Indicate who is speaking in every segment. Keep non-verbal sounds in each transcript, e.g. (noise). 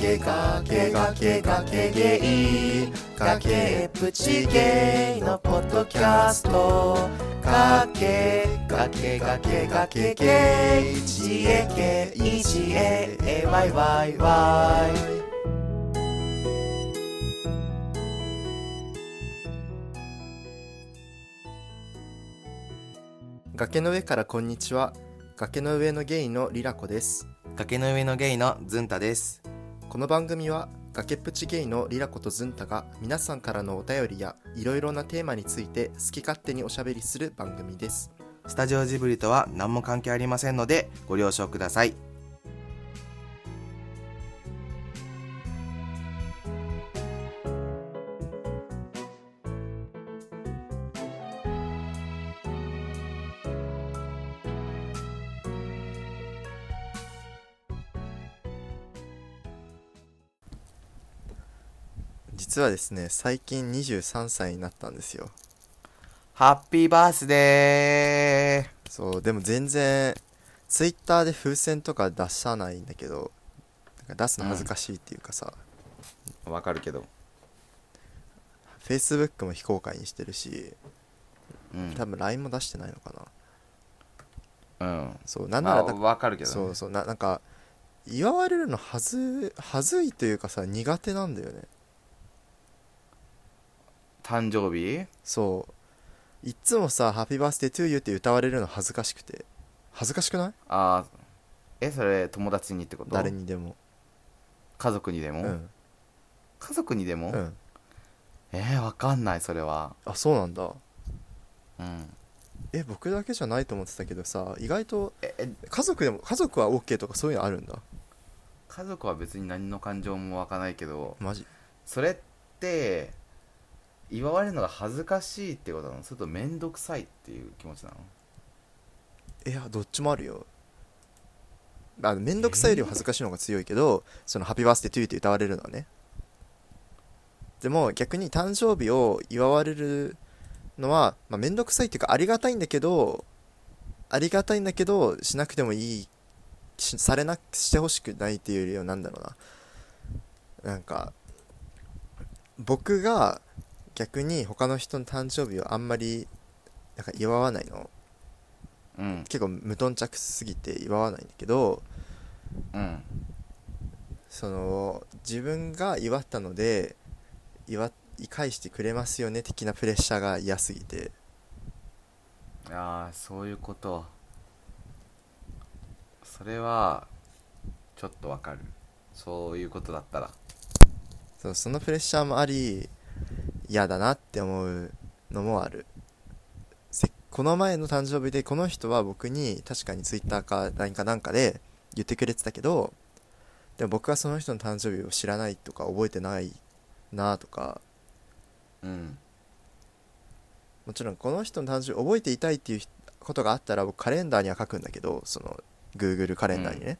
Speaker 1: ゲガゲガゲガゲゲイ崖っぷちゲイのポッドキャスト崖崖崖崖ゲイ GAKEGAAYYY 崖の上からこんにちは崖の上のゲイのリラコです
Speaker 2: 崖の上のゲイのズンタです。
Speaker 1: この番組は崖っぷちゲイのリラコとズンタが皆さんからのお便りやいろいろなテーマについて好き勝手におしゃべりする番組です
Speaker 2: スタジオジブリとは何も関係ありませんのでご了承ください。
Speaker 1: 実はですね最近23歳になったんですよ
Speaker 2: ハッピーバースデー
Speaker 1: そうでも全然ツイッターで風船とか出さないんだけどなんか出すの恥ずかしいっていうかさ、
Speaker 2: わかるけど。
Speaker 1: Facebook も非公開にしてるし
Speaker 2: うん。
Speaker 1: 多分 LINE も出してないのかな
Speaker 2: うん。
Speaker 1: そうなんな
Speaker 2: ま
Speaker 1: ら
Speaker 2: あ、
Speaker 1: だ
Speaker 2: わかるけど、ね。
Speaker 1: そうそうななんか祝われるのはずはずいというかさ苦手なんだよね
Speaker 2: 誕生日
Speaker 1: そういっつもさ「ハッピーバースデートゥーユー」って歌われるの恥ずかしくて恥ずかしくない
Speaker 2: ああ、え、それ友達にってこと
Speaker 1: 誰にでも
Speaker 2: 家族にで
Speaker 1: う
Speaker 2: も、
Speaker 1: ん
Speaker 2: 家族にで
Speaker 1: う
Speaker 2: も、
Speaker 1: ん
Speaker 2: えー、わかんない、それは。
Speaker 1: あそうなんだ
Speaker 2: うん。
Speaker 1: え僕だけじゃないと思ってたけどさ意外と
Speaker 2: え、え
Speaker 1: 家族でも家族は OK とかそういうのあるんだ
Speaker 2: 家族は別に何の感情もわかないけど、
Speaker 1: マジ
Speaker 2: それって、祝われるのが恥ずかしいってことなのそれと面倒くさいっていう気持ちなの
Speaker 1: いやどっちもあるよあのめんどくさいよりは恥ずかしいのが強いけど、その「ハッピーバースデートゥーユー」って歌われるのはねでも逆に誕生日を祝われるのは、まあ、めんどくさいっていうかありがたいんだけどありがたいんだけどしなくてもいいしされなくしてほしくないっていうよりはなんだろうななんか僕が逆に他の人の誕生日をあんまりなんか祝わないの
Speaker 2: うん。
Speaker 1: 結構無頓着すぎて祝わないんだけど
Speaker 2: うん。
Speaker 1: その自分が祝ったので祝い返してくれますよね的なプレッシャーが嫌すぎて
Speaker 2: ああそういうことそれはちょっとわかるそういうことだったら
Speaker 1: そうそのプレッシャーもあり嫌だなって思うのもあるせこの前の誕生日でこの人は僕に確かに Twitter か LINE かなんかで言ってくれてたけどでも僕はその人の誕生日を知らないとか覚えてないなとか
Speaker 2: うん
Speaker 1: もちろんこの人の誕生日覚えていたいっていうことがあったら僕カレンダーには書くんだけどその Google カレンダーにね、
Speaker 2: うん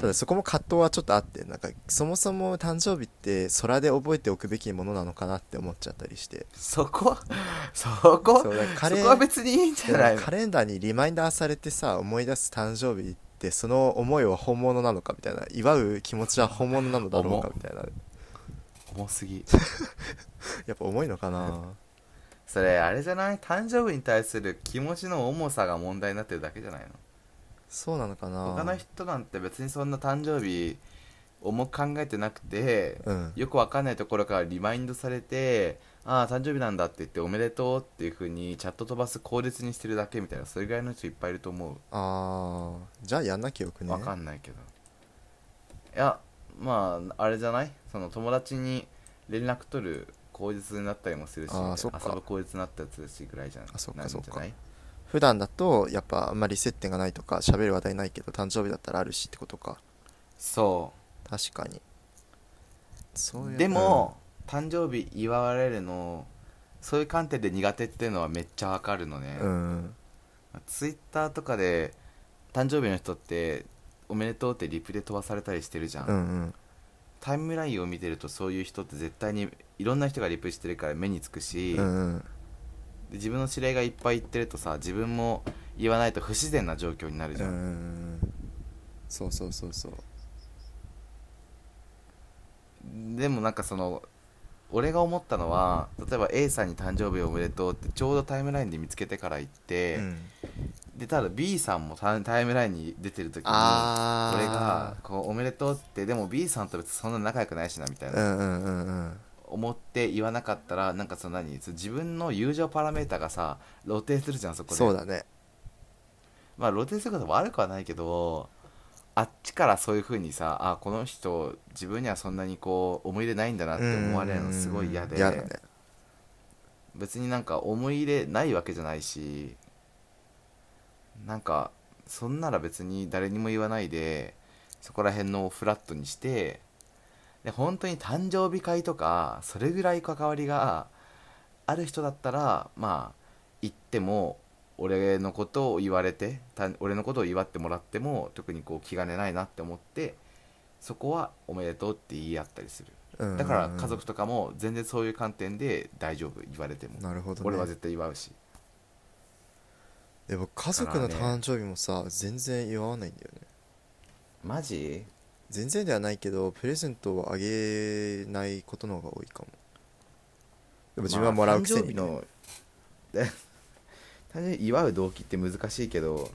Speaker 1: ただそこも葛藤はちょっとあってなんかそもそも誕生日って空で覚えておくべきものなのかなって思っちゃったり
Speaker 2: (laughs)
Speaker 1: して
Speaker 2: そこそこ
Speaker 1: そうだからカ
Speaker 2: そ
Speaker 1: レー
Speaker 2: こは別にいいんじ
Speaker 1: で
Speaker 2: ゃない
Speaker 1: なん
Speaker 2: の
Speaker 1: かカレンダーにリマインダーされてさ思い出す誕生日ってその思いは本物なのかみたいな祝う気持ちは本物なのだろうかみ
Speaker 2: (laughs)
Speaker 1: たいな
Speaker 2: 重すぎ
Speaker 1: やっぱ重いのかな
Speaker 2: それあれじゃない誕生日に対する気持ちの重さが問題になってるだけじゃないの
Speaker 1: そうなのかな
Speaker 2: 他の人なんて別にそんな誕生日重く考えてなくて
Speaker 1: うん
Speaker 2: よくわかんないところからリマインドされてああ誕生日なんだって言っておめでとうっていう風にチャット飛ばす口列にしてるだけみたいなそれぐらいの人いっぱいいると思
Speaker 1: あーじゃあやんなきゃよく
Speaker 2: う
Speaker 1: ね
Speaker 2: わかんないけど、いやまああれじゃないその友達に連絡取る口実になったりもするし
Speaker 1: あーそっか
Speaker 2: 遊ぶ口実になったりするしぐらいじゃない
Speaker 1: あそっか
Speaker 2: なんじゃない
Speaker 1: そっか普段だとやっぱあんまり接点がないとか喋る話題ないけど誕生日だったらあるしってことか
Speaker 2: そ
Speaker 1: 確かにそう
Speaker 2: う
Speaker 1: いう
Speaker 2: でも、誕生日祝われるのそういう観点で苦手っていうのはめっちゃわかるのね、
Speaker 1: うん、うん
Speaker 2: ツイッターとかで誕生日の人っておめでとうってリプで飛ばされたりしてるじゃん、
Speaker 1: うんうん
Speaker 2: タイムラインを見てるとそういう人って絶対にいろんな人がリプしてるから目につくし、
Speaker 1: うん
Speaker 2: で
Speaker 1: うん
Speaker 2: 自分の知り合いがいっぱい言ってるとさ自分も言わないと不自然な状況になる
Speaker 1: うんう
Speaker 2: じゃん、
Speaker 1: んそうそうそうそう
Speaker 2: でもなんかその俺が思ったのは例えば A さんに誕生日おめでとうってちょうどタイムラインで見つけてから行って、
Speaker 1: うん、
Speaker 2: でただ B さんもタタイムラインに出てる時に
Speaker 1: あー
Speaker 2: 俺がこう「おめでとう」ってでも B さんと別にそんな仲良くないしなみたいな、
Speaker 1: うんうんうんうん
Speaker 2: 思って言わなかったらなんかその何その自分の友情パラメータがさ露呈するじゃんそこで
Speaker 1: そうだね
Speaker 2: まあ露呈することは悪くはないけどあっちからそういうふうにさあこの人自分にはそんなにこう思い入れないんだなって思われるのすごい嫌で
Speaker 1: うん嫌だね
Speaker 2: 別になんか思い入れないわけじゃないしなんかそんなら別に誰にも言わないでそこら辺のフラットにしてで本当に誕生日会とかそれぐらい関わりがある人だったらまあ行っても俺のことを言われてた俺のことを祝ってもらっても特にこう気兼ねないなって思ってそこはおめでとうって言い合ったりする
Speaker 1: うんうんうん
Speaker 2: だから家族とかも全然そういう観点で大丈夫言われても
Speaker 1: なるほど、ね、
Speaker 2: 俺は絶対祝うし
Speaker 1: でも家族の
Speaker 2: だから
Speaker 1: 誕生日もさ、全然祝わないんだよね
Speaker 2: マジ
Speaker 1: 全然ではないけどプレゼントをあげないことの方が多いかもでも自分はもらうくせにね、
Speaker 2: まあ誕生 (laughs) 日の誕生日祝う動機って難しいけど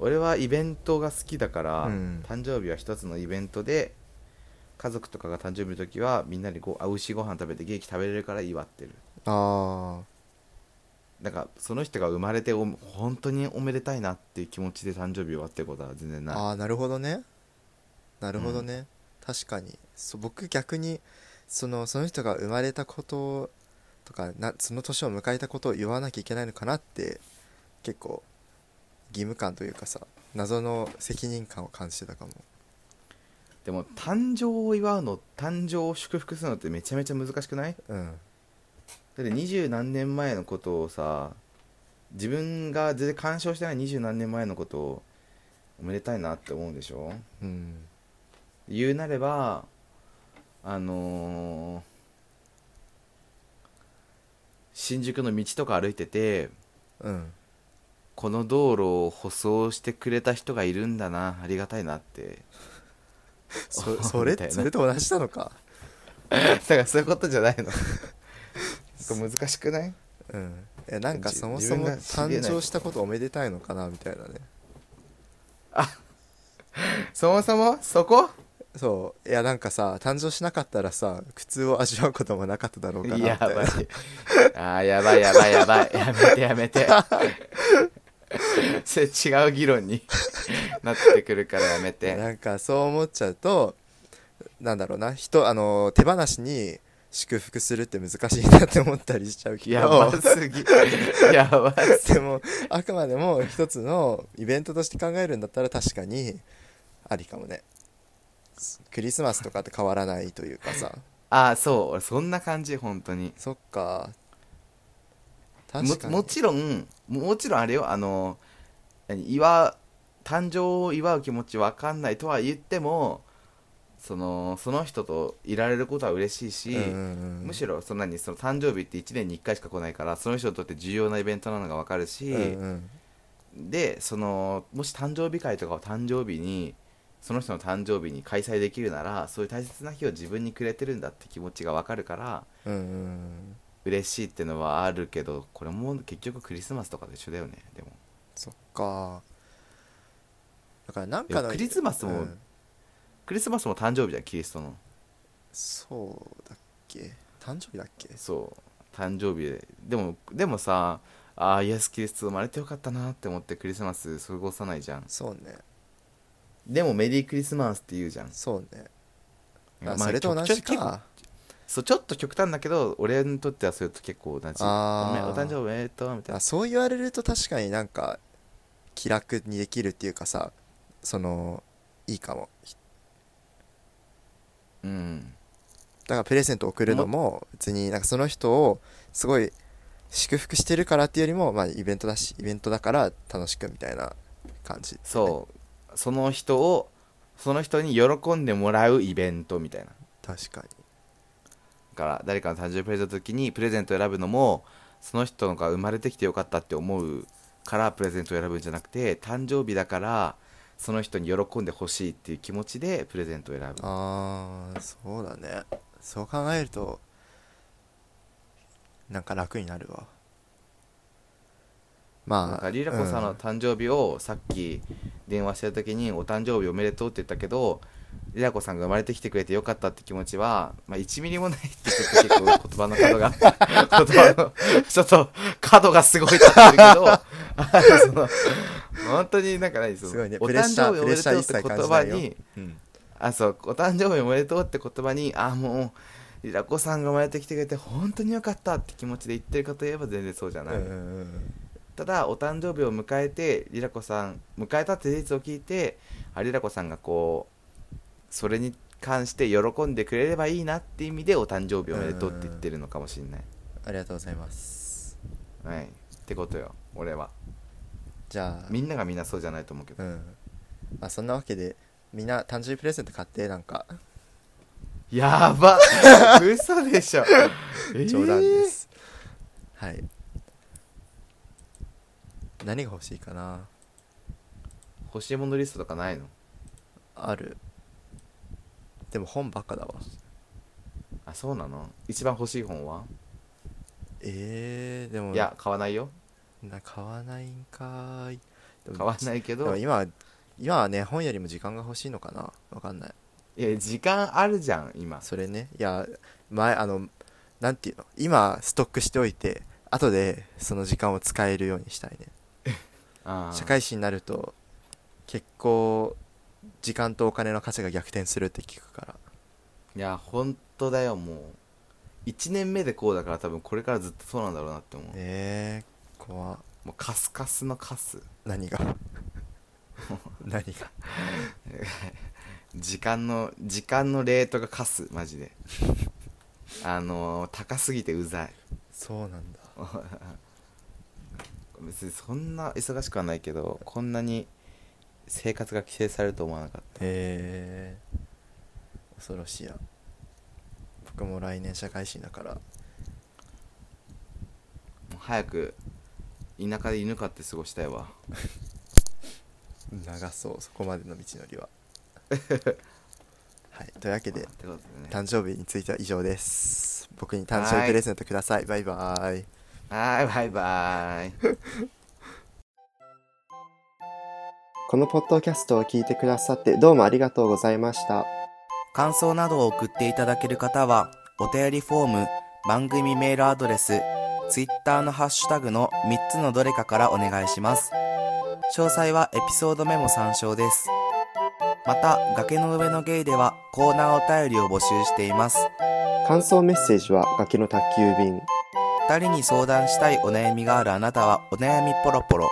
Speaker 2: 俺はイベントが好きだから、
Speaker 1: うん
Speaker 2: 誕生日は一つのイベントで家族とかが誕生日の時はみんなでこうあ美味しいご飯食べてケーキ食べれるから祝ってる
Speaker 1: あ
Speaker 2: だからその人が生まれてお本当におめでたいなっていう気持ちで誕生日を祝ってることは全然
Speaker 1: ー
Speaker 2: ない
Speaker 1: あーなるほどねなるほどね、確かにそう僕逆にそのその人が生まれたこととかなその年を迎えたことを言わなきゃいけないのかなって結構義務感というかさ謎の責任感を感じてたかも
Speaker 2: でも誕生を祝うの誕生を祝福するのってめちゃめちゃ難しくない
Speaker 1: うん
Speaker 2: だって二十何年前のことをさ自分が全然干渉してない二十何年前のことをおめでたいなって思うでしょ
Speaker 1: うん
Speaker 2: 言うなればあのー新宿の道とか歩いてて (laughs)
Speaker 1: うん
Speaker 2: この道路を舗装してくれた人がいるんだなありがたいなって (laughs)
Speaker 1: そそれ
Speaker 2: みたいな
Speaker 1: それと同じなのか
Speaker 2: だからそういうことじゃないの (laughs) なんか難しくない
Speaker 1: うんいやなんか
Speaker 2: じ
Speaker 1: そもそも
Speaker 2: 自分
Speaker 1: 誕
Speaker 2: が知りえない
Speaker 1: 生したことおめでたいのかなみたいなね
Speaker 2: そもそもそこ
Speaker 1: そういやなんかさ誕生しなかったらさ苦痛を味わうこともなかっただろうかなみた
Speaker 2: や
Speaker 1: いな
Speaker 2: ばい。あーやばいやばいやばい。やめてやめて。 (laughs) それ違う議論 (laughs) になってくるからやめて。
Speaker 1: なんかそう思っちゃうとなんだろうな人あの手放しに祝福するって難しいなって思ったりしちゃうけ
Speaker 2: やば
Speaker 1: ど
Speaker 2: すぎ。 (laughs) やばす
Speaker 1: でもあくまでも一つのイベントとして考えるんだったら確かにありかもねクリスマスとかって変わらないというかさ
Speaker 2: あーそう。俺そんな感じ、本当に。
Speaker 1: そっか
Speaker 2: も
Speaker 1: 確かに
Speaker 2: もちろん、もちろんあれよ、あの、何祝う、誕生を祝う気持ちわかんないとは言っても、その、その人といられることは嬉しいし、
Speaker 1: うんうんうん
Speaker 2: むしろそんなにその誕生日って1年に1回しか来ないからその人にとって重要なイベントなのが分かるし、
Speaker 1: うんうん
Speaker 2: でそのもし誕生日会とかを誕生日にその人の誕生日に開催できるならそういう大切な日を自分にくれてるんだって気持ちが分かるから
Speaker 1: うんうん
Speaker 2: 嬉しいってのはあるけどこれも結局クリスマスとかと一緒だよねでも
Speaker 1: そっかだからなん
Speaker 2: い
Speaker 1: か
Speaker 2: や
Speaker 1: の
Speaker 2: クリスマスも、
Speaker 1: うん
Speaker 2: クリスマスも誕生日じゃんキリストの
Speaker 1: そうだっけ誕生日だっけ
Speaker 2: そう誕生日ででもでもさああイエスキリスト生まれてよかったなって思ってクリスマス過ごさないじゃん
Speaker 1: そうね
Speaker 2: でもメリークリスマスって言うじゃん。
Speaker 1: そうね
Speaker 2: ま
Speaker 1: あ
Speaker 2: あ
Speaker 1: それと同じ。
Speaker 2: ちょちょ結構
Speaker 1: か
Speaker 2: そう、ちょっと極端だけど、俺にとってはそれと結構同じ。
Speaker 1: あー
Speaker 2: おめお誕生日おめでとうみたい
Speaker 1: あ
Speaker 2: な。
Speaker 1: そう言われると確かになんか気楽にできるっていうかさそのいいかも
Speaker 2: うん。
Speaker 1: だからプレゼント送るのも別になんかその人をすごい祝福してるからっていうよりもまあイベントだしイベントだから楽しくみたいな感じ
Speaker 2: そう。その人を、その人に喜んでもらうイベントみたいな。だ
Speaker 1: 確かに
Speaker 2: から、誰かの誕生日プレゼントの時にプレゼントを選ぶのも、その人が生まれてきてよかったって思うからプレゼントを選ぶんじゃなくて、誕生日だから、その人に喜んでほしいっていう気持ちでプレゼントを選ぶ
Speaker 1: あーそうだねそう考えるとなんか楽になるわ
Speaker 2: なん
Speaker 1: まあ
Speaker 2: かリラコさんの誕生日をさっき電話してた時に「お誕生日おめでとう」って言ったけどリラコさんが生まれてきてくれてよかったって気持ちは、まあ、1ミリもないってちょっと結構言葉の
Speaker 1: (laughs)
Speaker 2: 角が言葉のちょっと角がすごい立ってるけどあのその本当になんか何その
Speaker 1: すごいね
Speaker 2: お
Speaker 1: プレッ
Speaker 2: 誕
Speaker 1: シャ
Speaker 2: 生
Speaker 1: ー
Speaker 2: 日
Speaker 1: プ
Speaker 2: お
Speaker 1: レッ
Speaker 2: めで
Speaker 1: シ
Speaker 2: と
Speaker 1: ャ
Speaker 2: う
Speaker 1: ー
Speaker 2: っ
Speaker 1: 一切
Speaker 2: て言
Speaker 1: 感じ
Speaker 2: 葉
Speaker 1: ないよ
Speaker 2: に
Speaker 1: うん
Speaker 2: あそうお誕生日おめでとうって言葉にあもうリラコさんが生まれてきてくれて本当によかったって気持ちで言ってるかといえば全然そうじゃ
Speaker 1: うん
Speaker 2: ない、
Speaker 1: うんうん
Speaker 2: ただお誕生日を迎えてリラコさん迎えたって事実を聞いてあリラコさんがこうそれに関して喜んでくれればいいなって意味でお誕生日おめでとうって言ってるのかもしんない、
Speaker 1: ありがとうございます
Speaker 2: はいってことよ俺は
Speaker 1: じゃあ
Speaker 2: みんながみんなそうじゃないと思うけど、
Speaker 1: うんまあそんなわけでみんな誕生日プレゼント買ってなんか
Speaker 2: (laughs) やば嘘で (laughs) しょ、えー
Speaker 1: 冗談です、はい何が欲しいかな
Speaker 2: 欲しいものリストとかないの
Speaker 1: あるでも本ばっかだわ
Speaker 2: あそうなの一番欲しい本は、
Speaker 1: えー、でも
Speaker 2: いや買わないよ
Speaker 1: な買わないんかーいでも
Speaker 2: 買わないけ
Speaker 1: でも
Speaker 2: どい
Speaker 1: 今は今はね本よりも時間が欲しいのかなわかんない
Speaker 2: や時間あるじゃん今
Speaker 1: それねいや前あのなんていうの今ストックしておいて後でその時間を使えるようにしたいね
Speaker 2: あー
Speaker 1: 社会人になると結構時間とお金の価値が逆転するって聞くから
Speaker 2: いや本当だよもう1年目でこうだから多分これからずっとそうなんだろうなって思う、
Speaker 1: えー、怖っ
Speaker 2: もうカスカスのカス
Speaker 1: 何 (laughs) が何が
Speaker 2: 時間の時間のレートがカスマジであのー高すぎてうざい (laughs)
Speaker 1: そうなんだ
Speaker 2: 別にそんな忙しくはないけどこんなに生活が規制されると思わなかっ
Speaker 1: えー、恐ろしいや僕も来年社会人だから
Speaker 2: たもう早く田舎で犬飼って過ごしたいわ
Speaker 1: 長そうそこまでの道のり (laughs) ははいというわけで
Speaker 2: ってことでね
Speaker 1: 誕生日については以上です僕に誕生日プレゼントくださいバイバーイ
Speaker 2: はーいバイバーイ
Speaker 1: このポッドキャストを聞いてくださってどうもありがとうございました
Speaker 3: 感想などを送っていただける方は、お便りフォーム、番組メールアドレス、ツイッターのハッシュタグの3つのどれかからお願いします。詳細はエピソードメモ参照です。また、崖の上のゲイではコーナーお便りを募集しています。
Speaker 1: 感想メッセージは崖の宅急便
Speaker 3: 二人に相談したいお悩みがあるあなたはお悩みポロポロ。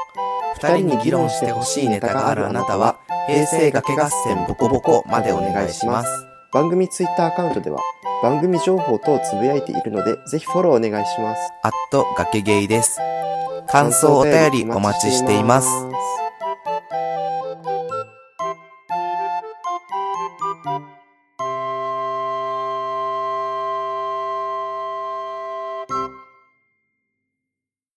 Speaker 3: 二人に議論してほしいネタがあるあなたは、平成崖合戦ボコボコまでお願いします。
Speaker 1: 番組ツイッターアカウントでは番組情報等をつぶやいているのでぜひフォローお願いします
Speaker 3: アット崖ゲイです。感想お便りお待ちしています。
Speaker 1: す